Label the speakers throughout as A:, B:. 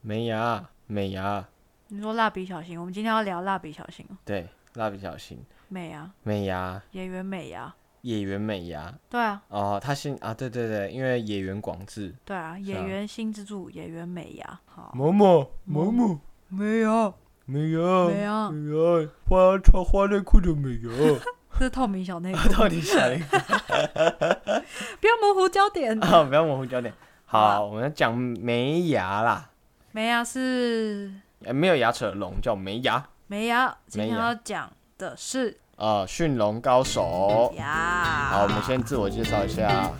A: 美牙，美牙，
B: 你说蜡笔小新，我们今天要聊蜡笔小新哦，
A: 对，蜡笔小新，
B: 美啊，
A: 美牙，
B: 演员美啊，
A: 野原美牙。
B: 对啊，
A: 哦，他姓啊，对对对，因为野原广志。
B: 对啊，演员新之助，演员美牙，好，
A: 某某某某，
B: 美牙，
A: 美牙，
B: 美牙
A: 牙，花穿花内裤的美牙。
B: 这是透明小内裤，
A: 到底想一个
B: 不要模糊焦点。
A: 啊？不要模糊焦点。
B: 好
A: 好，我们要讲没牙啦，
B: 美牙是
A: 呃没有牙齿的龙叫没牙。
B: 美牙，今天
A: 美牙
B: 要讲的是
A: 呃，驯龙高手。
B: 牙。
A: 哦好，我们先自我介绍一下。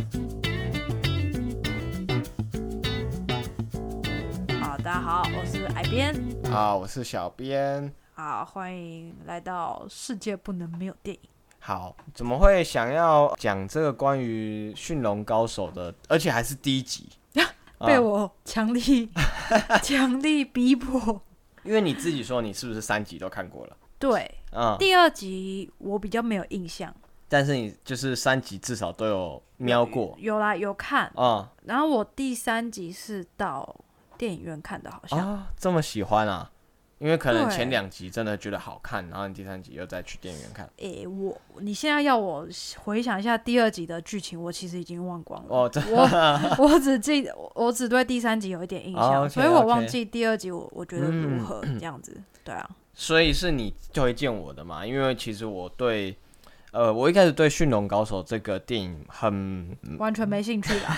B: 好，大家好，我是矮边，
A: 啊，我是小编。
B: 好，欢迎来到世界不能没有电影。
A: 好，怎么会想要讲这个关于驯龙高手的，而且还是第一集？啊
B: 被我 强力强力逼迫。
A: 因为你自己说你是不是三集都看过了？
B: 对，
A: 嗯，
B: 第二集我比较没有印象，
A: 但是你就是三集至少都有瞄过。
B: 有啦有看，
A: 嗯
B: 然后我第三集是到电影院看的，好像、
A: 啊，这么喜欢啊？因为可能
B: 对
A: 前两集真的觉得好看，然后你第三集又再去电影院看。
B: 诶、我你现在要我回想一下第二集的剧情，我其实已经忘光了。
A: 哦，这
B: 我我只记得我我只对第三集有一点印象
A: 哦，OK，
B: 所以我忘
A: OK
B: 记第二集我我觉得如
A: 嗯
B: 何这样子。对啊，
A: 所以是你推荐我的嘛？因为其实我对，呃，我一开始对《驯龙高手》这个电影很
B: 完全没兴趣 吧？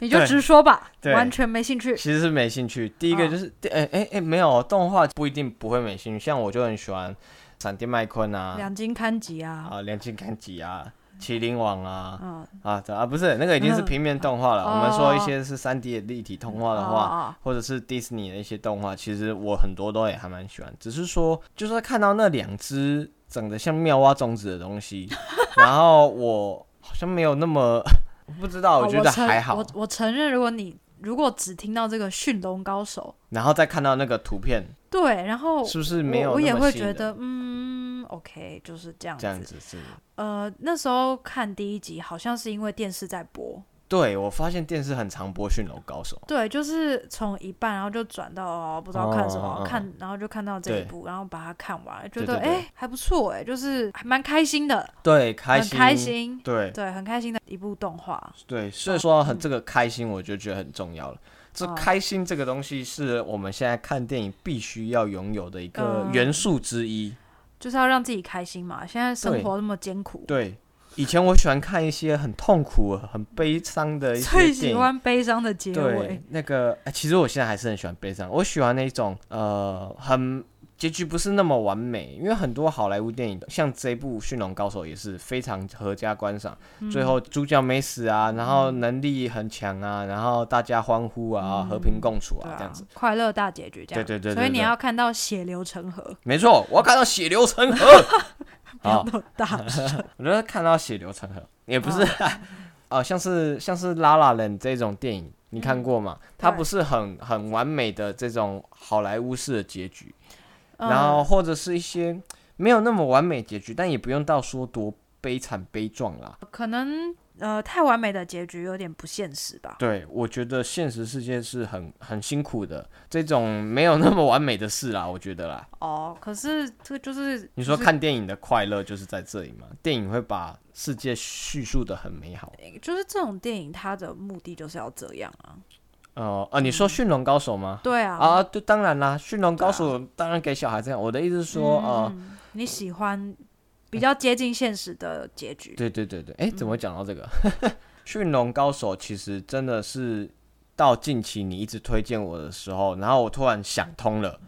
B: 你就
A: 对
B: 直说吧，
A: 对
B: 完全没兴 趣。
A: 其实是没兴趣。第一个
B: 哦
A: 就是，哎哎哎，没有动画不一定不会没兴趣，像我就很喜欢闪电麦昆啊，
B: 两金刊集啊，
A: 啊，梁静看吉啊，麒麟王啊，
B: 嗯，
A: 啊这啊不是那个已经是平面动画了，
B: 嗯
A: 我们说一些是三 D 的立体动画的话。
B: 哦，
A: 或者是迪士尼的一些动画，其实我很多都也还蛮喜欢。只是说，就是看到那两只长得像妙蛙种子的东 西，然后我好像没有那么 不知道，
B: 哦
A: 我觉得
B: 承
A: 还好
B: 我。我承认，如果你如果只听到这个《驯龙高手
A: 然后再看到那个图片，》，
B: 对，然后
A: 是不是没有
B: 哦我我
A: 那
B: 也
A: 么
B: 会
A: 吸引
B: 觉
A: 人
B: 得，嗯，OK，就是这样
A: 这样
B: 子。
A: 子是？
B: 呃，那时候看第一集，好像是因为电视在播，
A: 对，我发现电视很常播《驯龙高手》。
B: 对，就是从一半，然后就转到、哦不知道看什么，
A: 哦哦哦
B: 看，然后就看到这一
A: 对
B: 部，然后把它看完，觉
A: 对
B: 得
A: 对对
B: 哎还不错哎，就是还蛮开心的，
A: 对，开
B: 很
A: 心，
B: 开。心，
A: 对
B: 对，很开心的一部动画。
A: 对，所以说很这个开心，我就觉得很重要了。这开心这个东西是我们现在看电影必须要拥有的一个
B: 嗯
A: 元素之一。
B: 就是要让自己开心嘛，现在生
A: 对
B: 活那么艰苦，
A: 对，以前我喜欢看一些很痛苦、很悲伤 的一些
B: 最
A: 电
B: 喜
A: 影。
B: 欢悲伤的结
A: 对
B: 尾，，
A: 那个、哎其实我现在还是很喜欢悲伤，我喜欢那种呃很结局不是那么完美，因为很多好莱坞电影像这部《驯龙高手》也是非常合家观赏，
B: 嗯
A: 最后主角没死啊，然后能力很强啊，然后大家欢呼啊，和平共处
B: 对
A: 啊，
B: 啊，
A: 这样子。
B: 快乐大结局这样。
A: 对对对对
B: 所以你
A: 对
B: 要看到血流成河，
A: 没错，我要看到血流成河。
B: 不要
A: 好，
B: 那么大声。
A: 我觉得看到血流成河也不是，
B: 哦
A: 啊，像是像是《拉拉人》这种电影，你看过吗？它
B: 对
A: 不是很很完美的这种好莱坞式的结局，
B: 嗯
A: 然后或者是一些没有那么完美结局，但也不用到说多悲惨悲壮啦。
B: 可能呃太完美的结局有点不现实吧。
A: 对，我觉得现实世界是很很辛苦的，这种没有那么完美的事啦，我 觉得啦。
B: 哦，可是这就是
A: 你说
B: 就是
A: 看电影的快乐就是在这里嘛？电影会把世界叙述的很美好。
B: 就是这种电影，它的目的就是要这样啊。
A: 哦、呃，你说《驯龙高手》吗？
B: 对啊，
A: 啊，对，当然啦，《驯龙高手》当然给小孩这样。我的意思是说，呃，
B: 嗯你喜欢比较接近现实的结局。
A: 对对对对，
B: 嗯
A: 哎，怎么讲到这个？ 驯龙高手》其实真的是到近期你一直推荐我的时候，然后我突然想通了，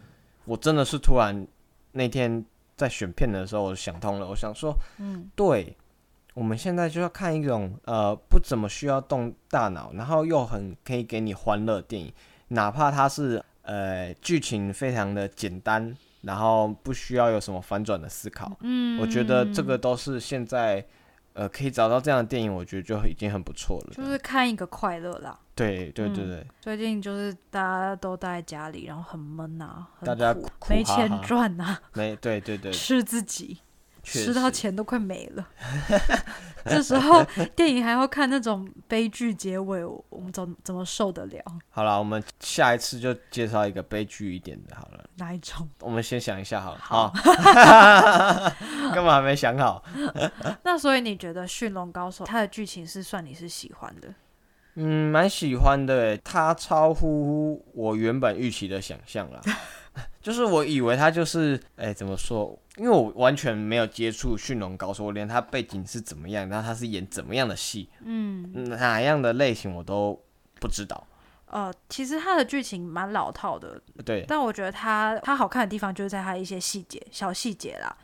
A: 我真的是突然那天在选片的时候，我想通了，我想说，
B: 嗯，
A: 对，我们现在就要看一种呃不怎么需要动大脑，然后又很可以给你欢乐的电影，哪怕它是呃剧情非常的简单，然后不需要有什么反转的思考。
B: 嗯
A: 我觉得这个都是现在呃可以找到这样的电影，我觉得就已经很不错了。
B: 就是嗯看一个快乐啦。
A: 对对对对，
B: 最近就是大家都待在家里，然后很闷呐、啊，很
A: 大家
B: 苦
A: 苦
B: 没
A: 哈
B: 钱
A: 哈
B: 赚呐、啊
A: 没对对对，
B: 吃自己。
A: 确
B: 吃到
A: 实
B: 钱都快没了。 这时候电影还要看那种悲剧结尾，我我们怎么怎么受得了？
A: 好了，我们下一次就介绍一个悲剧一点的，好了。
B: 哪一种？
A: 我们先想一下好了，好， 干嘛还没想好？
B: 那所以你觉得《驯龙高手》它的剧情是算你是喜欢的？
A: 嗯，蛮喜欢的耶，它超乎我原本预期的想象啦。 就是我以为它就是，哎、怎么说？因为我完全没有接触《驯龙高手》，我连它背景是怎么样，然后它是演怎么样的戏，嗯，哪样的类型我都不知道。
B: 呃，其实它的剧情蛮老套的，
A: 对，
B: 但我觉得它它好看的地方就是在它一些细节、小细节啦，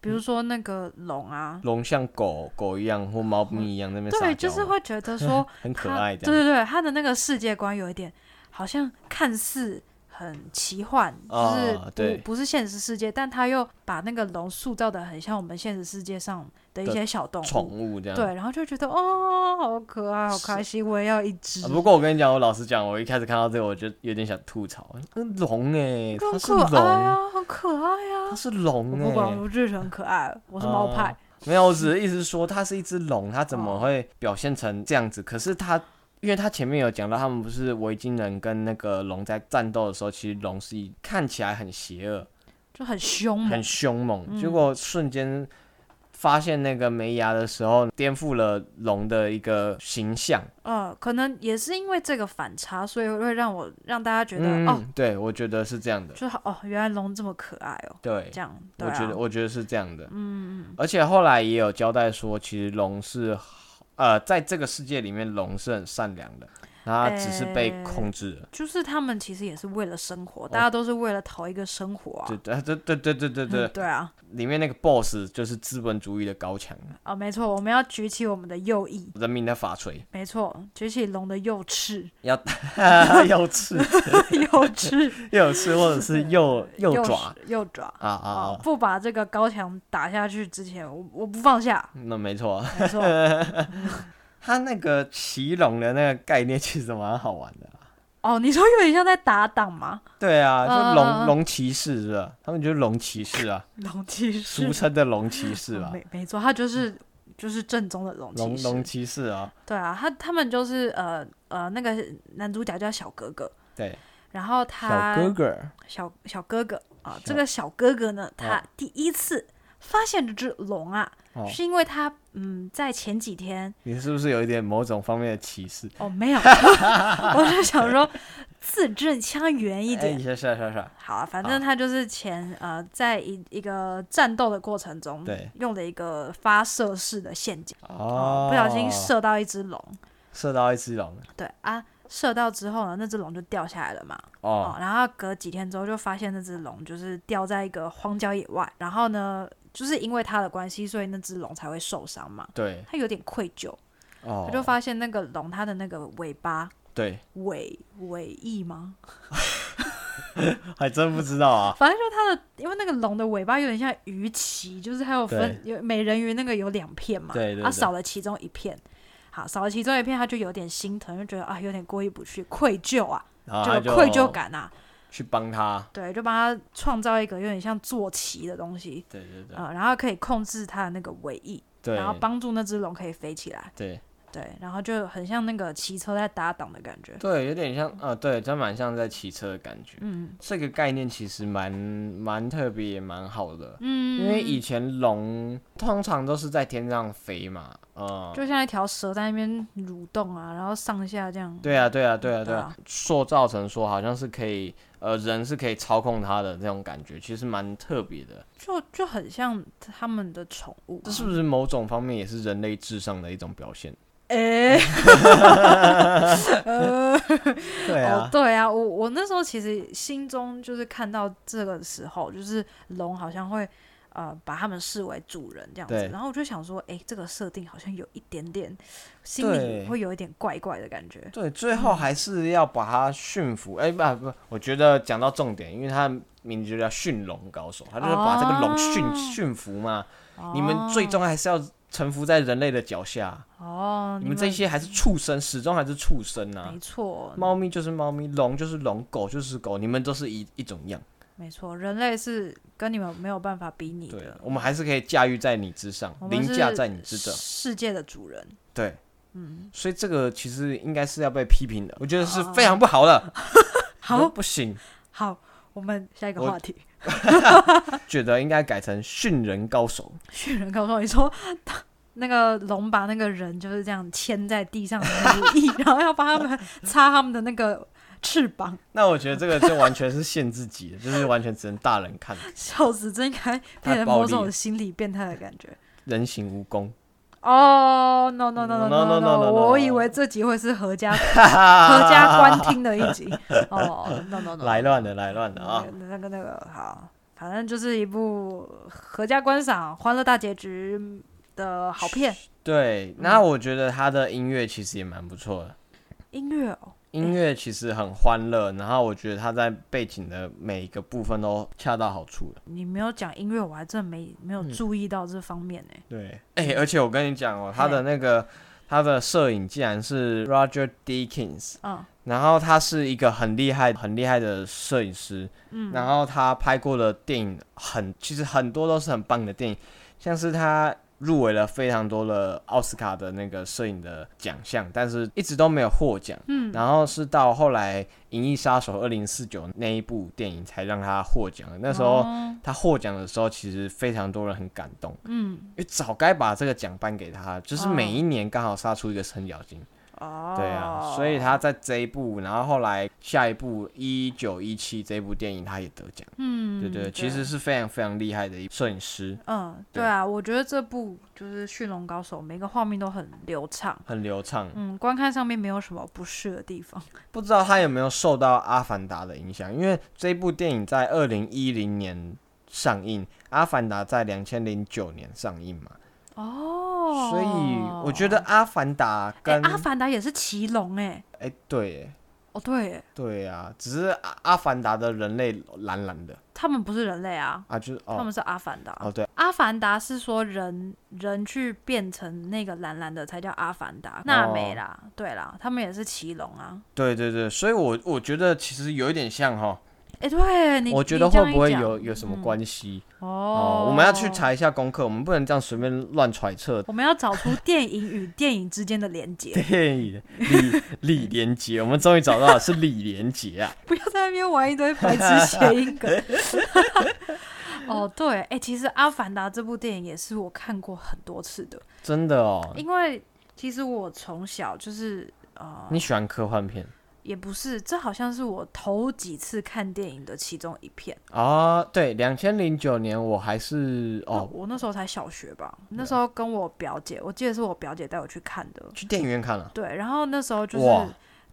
B: 比如说那个龙啊，
A: 龙像狗狗一样或猫咪一样嗯在那边撒娇嘛，
B: 对，就是会觉得说
A: 很可
B: 它
A: 爱这
B: 对
A: 样。
B: 对对，他的那个世界观有一点好像看似很奇幻，就是
A: 哦
B: 不、
A: 对
B: 不是现实世界，但他又把那个龙塑造的很像我们现实世界上的一
A: 的
B: 些小动
A: 宠
B: 物。
A: 物这样，
B: 对，然后就觉得哦，好可爱，好开心，我也要一只
A: 啊。不过我跟你讲，我老实讲，我一开始看到这个，我就有点想吐槽。嗯，龙哎、它
B: 很
A: 是
B: 可爱
A: 龙，
B: 啊，很可爱啊！
A: 它是
B: 我
A: 龙
B: 不
A: 哎、
B: 管，我就是很可爱，我是猫派
A: 哦。没有，我只是意思是说它是一只龙，它怎么会表现成这样子？可是它，因为它前面有讲到，他们不是维京人跟那个龙在战斗的时候，其实龙是一看起来很邪恶、
B: 就很凶猛
A: 很，凶
B: 嗯
A: 猛，结果瞬间发现那个没牙的时候，颠覆了龙的一个形象。
B: 呃，可能也是因为这个反差，所以会让我让大家觉得、
A: 嗯，
B: 哦，
A: 对，我觉得是这样的。
B: 就好哦，原来龙这么可爱哦，
A: 对
B: 这，样对
A: 我
B: 啊。
A: 觉得我觉得是这样的，嗯嗯，而且后来也有交代说，其实龙是好，呃，在这个世界里面，龙是很善良的，它只是被
B: 诶
A: 控制了。
B: 就是他们其实也是为了生
A: 哦
B: 活，大家都是为了讨一个生活啊。
A: 对对对对对对对对，
B: 对啊，
A: 里面那个 boss 就是资本主义的高墙，
B: 啊，没错，我们要举起我们的右翼，
A: 人民的法锤，
B: 没错，举起龙的右翅，
A: 要要刺
B: 右翅，
A: 要刺或者是 右 右
B: 右
A: 爪
B: 手，右爪。
A: 啊啊
B: 哦
A: 啊，，
B: 不把这个高墙打下去之前，我我不放下。
A: 那没错，
B: 没 错，
A: 它那个骑龙的那个概念其实蛮好玩的啊。
B: 哦，你说有点像在打挡吗？
A: 对啊，
B: 嗯
A: 就
B: 嗯嗯
A: 龙龙骑士是吧？他们就是龙骑士啊。
B: 龙骑士
A: 俗，称的龙骑士啊
B: 哦
A: 吧，嗯
B: 没没错，他就是就是正宗的龙
A: 龙
B: 骑
A: 龙
B: 士。
A: 骑士啊，
B: 对啊，他他们就是呃呃，那个男主角叫小格格，
A: 对，
B: 然后
A: 小
B: 他
A: 哥哥，
B: 小小哥哥啊，这
A: 小
B: 个小哥哥呢，他
A: 哦
B: 第一次发现这只龙啊，
A: 哦，
B: 是因为他嗯，在前几天
A: 你是不是有一点某种方面的歧视？
B: 哦没 有，我就想说字正腔圆一
A: 哎，
B: 点。
A: 一下下下下，
B: 好啊，反正他就是前呃，在一一个战斗的过程中，
A: 对，
B: 用了一个发射式的陷阱，
A: 哦，
B: 不小心射到一只龙，
A: 射到一只龙，
B: 对啊，射到之后呢，那只龙就掉下来了嘛，哦
A: 哦，，
B: 然后隔几天之后就发现那只龙就是掉在一个荒郊野外，然后呢，就是因为它的关系，所以那只龙才会受伤嘛。
A: 对，
B: 它有点愧疚，
A: 哦
B: 它，就发现那个龙它的那个尾巴
A: 对，
B: 尾尾翼吗？
A: 还真不知道 啊，
B: 反正就是它的，因为那个龙的尾巴有点像鱼鳍，就是它有分有美人鱼那个有两片嘛，
A: 对对
B: 它
A: 对
B: 少了其中一片。好，少了其中一片，它就有点心疼，就觉得啊，有点过意不去，愧疚啊，
A: 然后
B: 就
A: 他
B: 有
A: 就
B: 愧疚，感啊，
A: 去帮他，
B: 对，就帮它创造一个有点像坐骑的东西，
A: 对对对
B: 啊、然后可以控制它的那个尾翼，
A: 对，
B: 然后帮助那只龙可以飞起来，
A: 对
B: 对，然后就很像那个骑车在搭档的感觉，
A: 对，有点像，呃，对，真蛮像在骑车的感觉，
B: 嗯
A: 这个概念其实蛮蛮特别，也蛮好的。
B: 嗯，
A: 因为以前龙通常都是在天上飞嘛，嗯，
B: 就像一条蛇在那边蠕动啊，然后上下这样，
A: 对啊，对啊，对啊，
B: 对
A: 对
B: 啊
A: 啊，塑造成说好像是可以，呃，人是可以操控它的这种感觉，其实蛮特别的。
B: 就就很像他们的宠物，
A: 这是不是某种方面也是人类智商的一种表现？
B: 哎，呃
A: 对
B: 哦，，对啊，我我那时候其实心中就是看到这个时候，就是龙好像会呃把他们视为主人这样子
A: 对，
B: 然后我就想说，哎，这个设定好像有一点点，心里
A: 对
B: 会有一点怪怪的感觉。
A: 对，最后还是要把它驯服。哎、不、不，我觉得讲到重点，因为它名字就叫驯龙高手，他就是把这个龙
B: 哦
A: 驯驯服嘛。你们最终还是要臣服在人类的脚下，
B: 哦，
A: 你们这些还是畜生，始终还是畜生啊
B: 没。错，
A: 猫咪就是猫咪，龙就是龙，狗就是狗，你们都是一一种样。
B: 没错，人类是跟你们没有办法比拟
A: 对
B: 的，，
A: 我们还是可以驾驭在你之上
B: 我，们
A: 凌驾
B: 是
A: 在你之上。
B: 世界的 主人。
A: 对，
B: 嗯，
A: 所以这个其实应该是要被批评的，我觉得是非常不好的。
B: 好
A: 不行，
B: 好，我们下一个
A: 我
B: 话题。
A: 觉得应该改成训人高手。
B: 巨人告诉你说，那个龙把那个人就是这样牵在地上的奴役，然后要帮他们擦他们的那个翅膀，
A: 那我觉得这个就完全是限制级的， 就是完全只能大人看，
B: 笑死！这应该变
A: 太
B: 成
A: 暴
B: 某
A: 力
B: 种
A: 了
B: 心理变态的感觉。
A: 人形蜈蚣。
B: 哦、n o no no
A: No,
B: no
A: no, no,
B: no
A: no, no.
B: 我以为这集会是合家合
A: 哈哈
B: 家观听的一集。哦、no no no，
A: 来乱了，来乱了
B: 那
A: 啊
B: 个！那个那个好，反正就是一部合家观赏、欢乐大结局的好片。
A: 对，那我觉得他的音乐其实也蛮不错的，
B: 音乐哦，
A: 音乐其实很欢乐，然后我觉得他在背景的每一个部分都恰到好处了。
B: 你没有讲音乐，我还真没没有
A: 嗯
B: 注意到这方面呢、欸
A: 对，哎、而且我跟你讲哦、他的那个他的摄影竟然是 Roger Deakins，
B: 嗯，
A: 然后他是一个很厉害、很厉害的摄影师，嗯，然后他拍过的电影很，其实很多都是很棒的电影，像是他入围了非常多的奥斯卡的那个摄影的奖项，但是一直都没有获奖，嗯，然后是到后来《银翼杀手二零四九》那一部电影才让他获奖的，那时候。
B: 哦
A: 他获奖的时候，其实非常多人很感动，
B: 嗯，
A: 因为早该把这个奖颁给他，就是每一年刚好杀出一个程咬金，
B: 哦，
A: 对啊，所以他在这一部，然后后来下一部《一九一七》这部电影，他也得奖，
B: 嗯，
A: 对对，其实是非常非常厉害的一摄影师，
B: 嗯，对
A: 对
B: 啊，我觉得这部就是《驯龙高手》，每个画面都很流畅。
A: 很流畅。
B: 嗯，观看上面没有什么不适的地方。
A: 不知道他有没有受到《阿凡达》的影响，因为这部电影在二零一零年上映，《阿凡达》在两千零九年上映嘛，
B: 哦，
A: 所以我觉得《阿凡达》
B: 哎，
A: 跟
B: 阿凡达》也是骑龙哎，
A: 哎对耶
B: 哦对耶，
A: 对啊，只是阿《阿凡达》的人类蓝蓝的
B: 他们不是人类啊，
A: 啊，就是
B: 他
A: 哦
B: 们是阿凡达。
A: 哦对，
B: 阿凡达是说人人去变成那个蓝蓝的才叫阿凡达，娜美啦，
A: 哦
B: 对啦，他们也是骑龙啊。
A: 对对对，所以我我觉得其实有一点像哈。
B: 哎、对你，
A: 我觉得
B: 你
A: 会
B: 这样一
A: 不会
B: 讲
A: 有有什么关系？
B: 哦
A: 哦，我们要去，查一下功课，我们不能这样随便乱揣测。
B: 我们要找出电影与电影之间的连接，
A: 电影李李连杰，我们终于找到了是李连杰啊！
B: 不要在那边玩一堆白痴谐音 梗。哦，对，哎、其实《阿凡达》这部电影也是我看过很多次的，
A: 真的哦，
B: 因为其实我从小就是呃，
A: 你喜欢科幻片
B: 也不是，这好像是我头几次看电影的其中一片。
A: 啊？对，两千零九年我还是
B: 哦，
A: 哦啊
B: 我那时候才小学吧，那时候跟我表姐，我记得是我表姐带我去看的。
A: 去电影院看了，
B: 对，然后那时候就是
A: 哇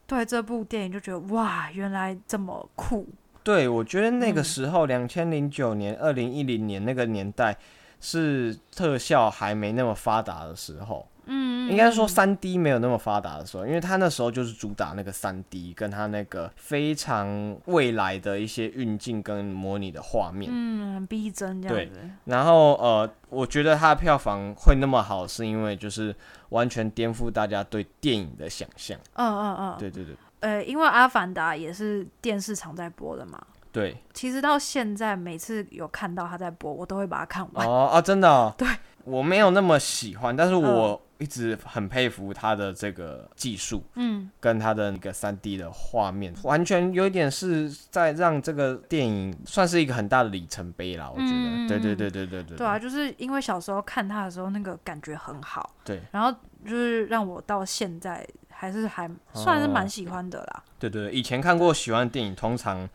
B: 对这部电影就觉得哇，原来这么酷。
A: 对，我觉得那个
B: 嗯
A: 时候，两千零九年、二零一零年那个年代是特效还没那么发达的时候。嗯，应该说三 D 没有那么发达的时候，因为他那时候就是主打那个三 D，跟他那个非常未来的一些运镜跟模拟的画面。
B: 嗯，很逼真这样
A: 对
B: 子。
A: 然后呃，我觉得它的票房会那么好，是因为就是完全颠覆大家对电影的想象。
B: 嗯嗯嗯，
A: 对对对
B: 呃，因为《阿凡达》也是电视常在播的嘛。
A: 对，
B: 其实到现在，每次有看到他在播，我都会把它看完。
A: 哦啊，真的、哦，
B: 对，
A: 我没有那么喜欢，但是我一直很佩服他的这个技术
B: 嗯，
A: 跟他的那个三 D 的画面，完全有一点是在让这个电影算是一个很大的里程碑啦，我觉
B: 嗯
A: 得，对对对对对对，
B: 对啊，，就是因为小时候看他的时候，那个感觉很好。
A: 对
B: 然后就是让我到现在还是还
A: 哦
B: 算是蛮喜欢的啦。
A: 对对，对以前看过喜欢的电影，通常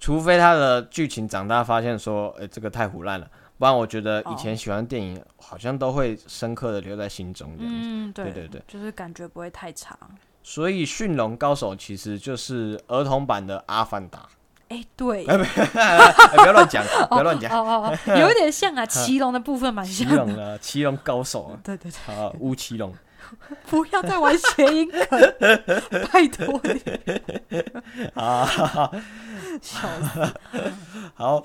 A: 除非他的剧情长大发现说，呃，这个太胡乱了，不然我觉得以前喜欢的电影好像都会深刻的留在心中这样子。
B: 嗯，对
A: 对对对，
B: 就是感觉不会太差。
A: 所以《驯龙高手》其实就是儿童版的《阿凡达》
B: 哎，对，
A: 哎 哎不要乱讲，不要乱
B: 哦
A: 讲。
B: 哦，哦有一点像 啊，骑龙的部分蛮
A: 骑
B: 像
A: 龙
B: 的。
A: 啊，骑龙高手啊，
B: 对对对，
A: 啊，乌骑龙。
B: 不要再玩谐 音梗，拜托你。啊，笑死！
A: 好，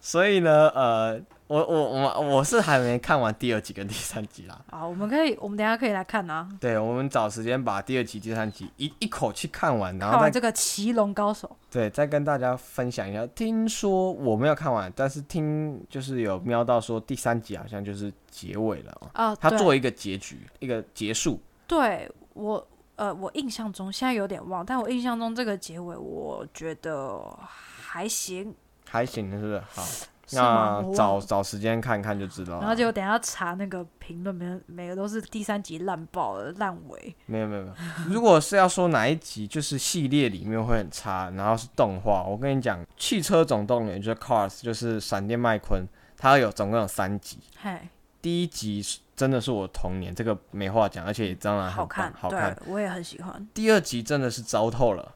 A: 所以呢，呃，我我我我是还没看完第二集跟第三集啦。
B: 啊，我们可以，我们等一下可以来看啊，
A: 对，我们找时间把第二集、第三集一一口气看完，然
B: 看
A: 后再
B: 完这个《骑龙高手》。
A: 对，再跟大家分享一下。听说我没有看完，但是听就是有瞄到说第三集好像就是结尾了哦，
B: 啊，
A: 它
B: 对
A: 做一个结局，一个结束。
B: 对我呃，我印象中现在有点忘，但我印象中这个结尾我觉得还行，
A: 还行，是不是？好，
B: 是
A: 那
B: 吗？我忘
A: 找
B: 了
A: 找时间看看就知道了。
B: 然后结果等一下查那个评论，每个每个都是第三集烂爆了，烂尾。
A: 没有没有没有，如果是要说哪一集就是系列里面会很差，然后是动画，我跟你讲，《汽车总动员》就是 Cars，就是闪电麦昆，它有总共有三集。
B: 嘿，
A: 第一集是真的是我童年，这个没话讲，而且也当然啊很
B: 好
A: 棒
B: 看，
A: 好
B: 对
A: 看。
B: 我也很喜欢。
A: 第二集真的是糟透了，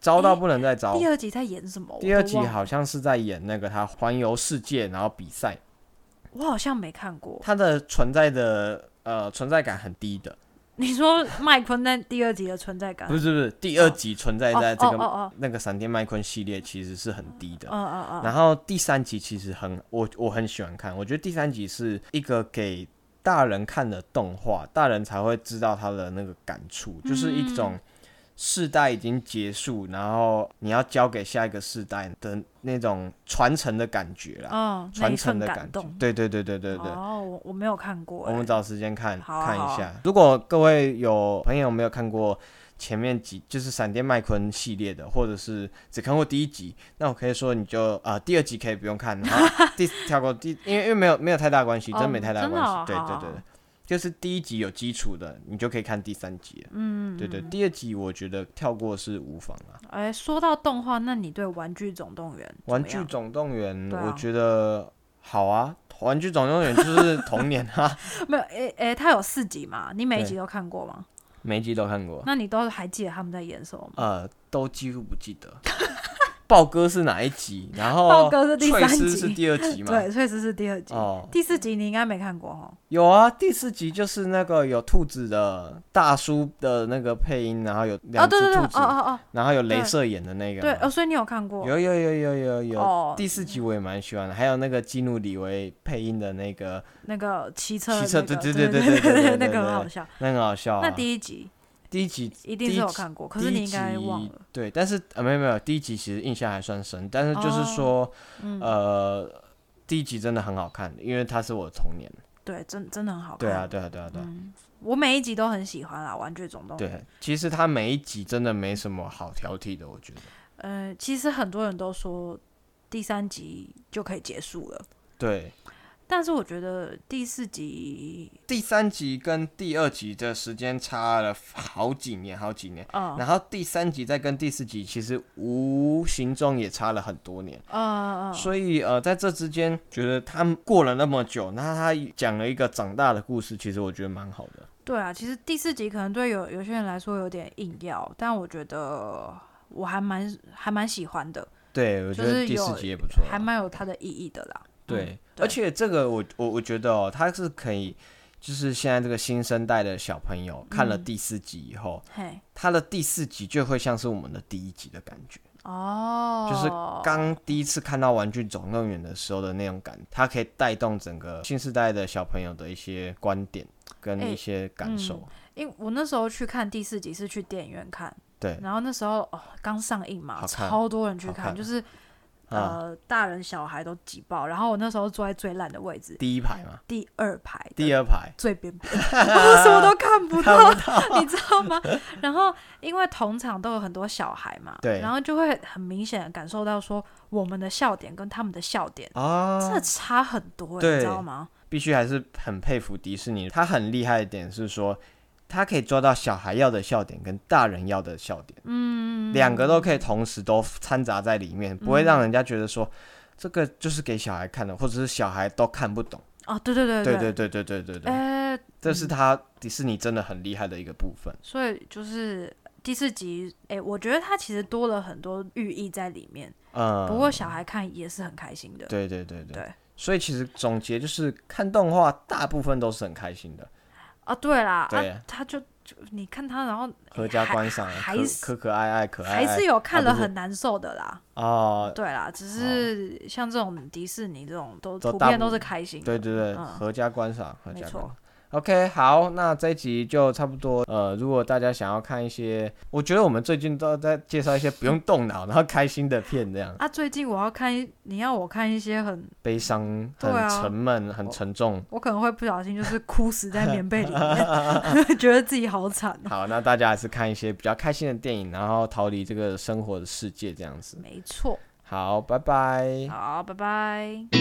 A: 糟到不能再糟。
B: 第二集在演什么？我
A: 第二
B: 都
A: 集
B: 忘了，
A: 好像是在演那个他环游世界，然后比赛，
B: 我好像没看过。
A: 它的存在的呃存在感很低的，
B: 你说麦昆在第二集的存在感？
A: 不
B: 嗯
A: 是不是，第二集存在在这
B: 哦哦哦
A: 个
B: 哦
A: 那个闪电麦昆系列其实是很低的。
B: 嗯嗯，
A: 然后第三集其实很我我很喜欢看，我觉得第三集是一个给大人看的动画，大人才会知道他的那个感触，
B: 嗯
A: 就是一种世代已经结束，然后你要交给下一个世代的那种传承的感觉啦，
B: 嗯，那
A: 传
B: 一
A: 承
B: 份
A: 的
B: 感
A: 感觉
B: 动。。
A: 对对对对对对。
B: 哦，我我没有看过
A: 我
B: 欸。
A: 们找时间看
B: 好啊
A: 看
B: 好
A: 一
B: 啊
A: 下。如果各位有朋友没有看过前面几，就是闪电麦昆系列的，或者是只看过第一集，那我可以说你就啊、呃第二集可以不用 看，然后第跳过第，因为因为没有没有太大关系，
B: 哦
A: 真没太大
B: 真的
A: 关系。
B: 哦
A: 对
B: 好
A: 对
B: 好
A: 对
B: 好，
A: 就是第一集有基础的，你就可以看第三集了。嗯，对对，第二集我觉得跳过是无妨啊。
B: 哎，说到动画，那你对《玩具总动员》怎么
A: 玩具
B: 样
A: 总动员，
B: 对啊
A: 我觉得好啊。玩具总动员就是童年 啊，
B: 没有？哎哎，它有四集嘛？你每一
A: 对
B: 集都看过吗？
A: 每一集都看过。
B: 那你都还记得他们在演什么吗？
A: 呃，都几乎不记得。 豹哥是哪一集？然后
B: 豹哥是第
A: 翠
B: 三
A: 丝是
B: 集，
A: 第二集嘛？
B: 对，确实是第二集。
A: 哦，
B: 第四集你应该没看过哦。
A: 有啊，第四集就是那个有兔子的大叔的那个配音，然后有
B: 哦，
A: 两只
B: 对对对，
A: 兔
B: 哦
A: 子，
B: 哦哦，
A: 然后有镭射眼的那个
B: 对
A: 嘛。
B: 哦，所以你有看过
A: 有有有有有有。
B: 哦？
A: 第四集我也蛮喜欢的，还有那个基努里维配音的那个，
B: 那个骑车的那个，
A: 骑车对
B: 对
A: 对对
B: 对
A: 对对对对
B: 那个
A: 对
B: 很好笑。
A: 那很好笑、啊。
B: 那第一集
A: 第一集
B: 一定
A: 第一
B: 是有
A: 集
B: 看过，可是你应该忘了。。
A: 对，但是呃没有没有，第一集其实印象还算深，但是就是
B: 哦
A: 说，
B: 嗯
A: 呃，第一集真的很好看，因为它是我的童年。
B: 对，真真的很好看。
A: 对啊，对啊，对啊，对啊，
B: 嗯我每一集都很喜欢啦，《玩具总动员》。
A: 对。其实它每一集真的没什么好挑剔的，我觉得。
B: 呃，其实很多人都说第三集就可以结束了，
A: 对，
B: 但是我觉得第四集，
A: 第三集跟第二集的时间差了好几年，好几年。
B: 呃
A: 然后第三集再跟第四集，其实无形中也差了很多年。
B: 呃，
A: 所以呃，在这之间，觉得他们过了那么久，那他讲了一个长大的故事，其实我觉得蛮好的。
B: 对啊，其实第四集可能对有有些人来说有点硬要，但我觉得我还蛮还蛮喜欢的，
A: 对，我觉
B: 就
A: 得
B: 是
A: 第四
B: 有
A: 集也不错
B: 还
A: 啊。
B: 蛮有它的意义的啦。嗯
A: 对，
B: 对
A: 而且这个我我我觉得哦，他是可以，就是现在这个新生代的小朋友看
B: 嗯
A: 了第四集以后，
B: 嘿，
A: 他的第四集就会像是我们的第一集的感觉，
B: 哦，
A: 就是刚第一次看到《玩具总动员》的时候的那种感，它可以带动整个新时代的小朋友的一些观点跟
B: 哎
A: 一些感
B: 嗯
A: 受。
B: 因为我那时候去看第四集是去电影院看，
A: 对，
B: 然后那时候哦刚上映嘛，
A: 好看
B: 超多人去
A: 好
B: 看，
A: 看
B: 就是
A: 啊
B: 呃大人小孩都挤爆，然后我那时候坐在最烂的位置，
A: 第一排嘛，
B: 第二排的
A: 第二排。
B: 最边边， 我什么都看不到， 你知道吗？然后因为同场都有很多小孩嘛，
A: 对
B: 然后就会很明显的感受到说我们的笑点跟他们的笑点真
A: 啊
B: 的，差很多、欸，
A: 对
B: 你知道吗？
A: 必须还是很佩服迪士尼，他很厉害的点是说，他可以抓到小孩要的笑点跟大人要的笑点，嗯，两个都可以同时都掺杂在里面，不会让人家觉得说。这个就是给小孩看的，或者是小孩都看不懂。
B: 哦，对对对
A: 对对嗯
B: 对，
A: 对对对对对，
B: 哎、
A: 这是他迪士尼真的很厉害的一个部分。
B: 所以就是第四集，哎、我觉得它其实多了很多寓意在里面，
A: 嗯，
B: 不过小孩看也是很开心的，
A: 对对对对
B: 对
A: 所以其实总结就是，看动画大部分都是很开心的，
B: 啊，对啦，
A: 对
B: 啊，他就就你看他，然后
A: 合家
B: 还
A: 观赏啊，
B: 还
A: 可
B: 是
A: 可可爱爱，可爱
B: 还
A: 爱
B: 是有看了
A: 啊不是
B: 很难受的啦。
A: 哦，
B: 对啦，只是像这种迪士尼这种都
A: 都
B: 普
A: 大
B: 遍
A: 部
B: 都是开心的。
A: 对对对，
B: 嗯
A: 合家观赏，合
B: 没
A: 家观
B: 错
A: 赏。OK，好，那这一集就差不多。呃，如果大家想要看一些，我觉得我们最近都在介绍一些不用动脑，然后开心的片， 这样
B: 啊，最近我要看一，你要我看一些很，
A: 悲伤、
B: 对
A: 很
B: 啊
A: 沉闷、很沉重。
B: 我可能会不小心就是哭死在棉被里面， 觉得自己好惨 哦。
A: 好，那大家还是看一些比较开心的电影，然后逃离这个生活的世界，这样子。
B: 没错，
A: 好，拜拜。
B: 好，拜拜。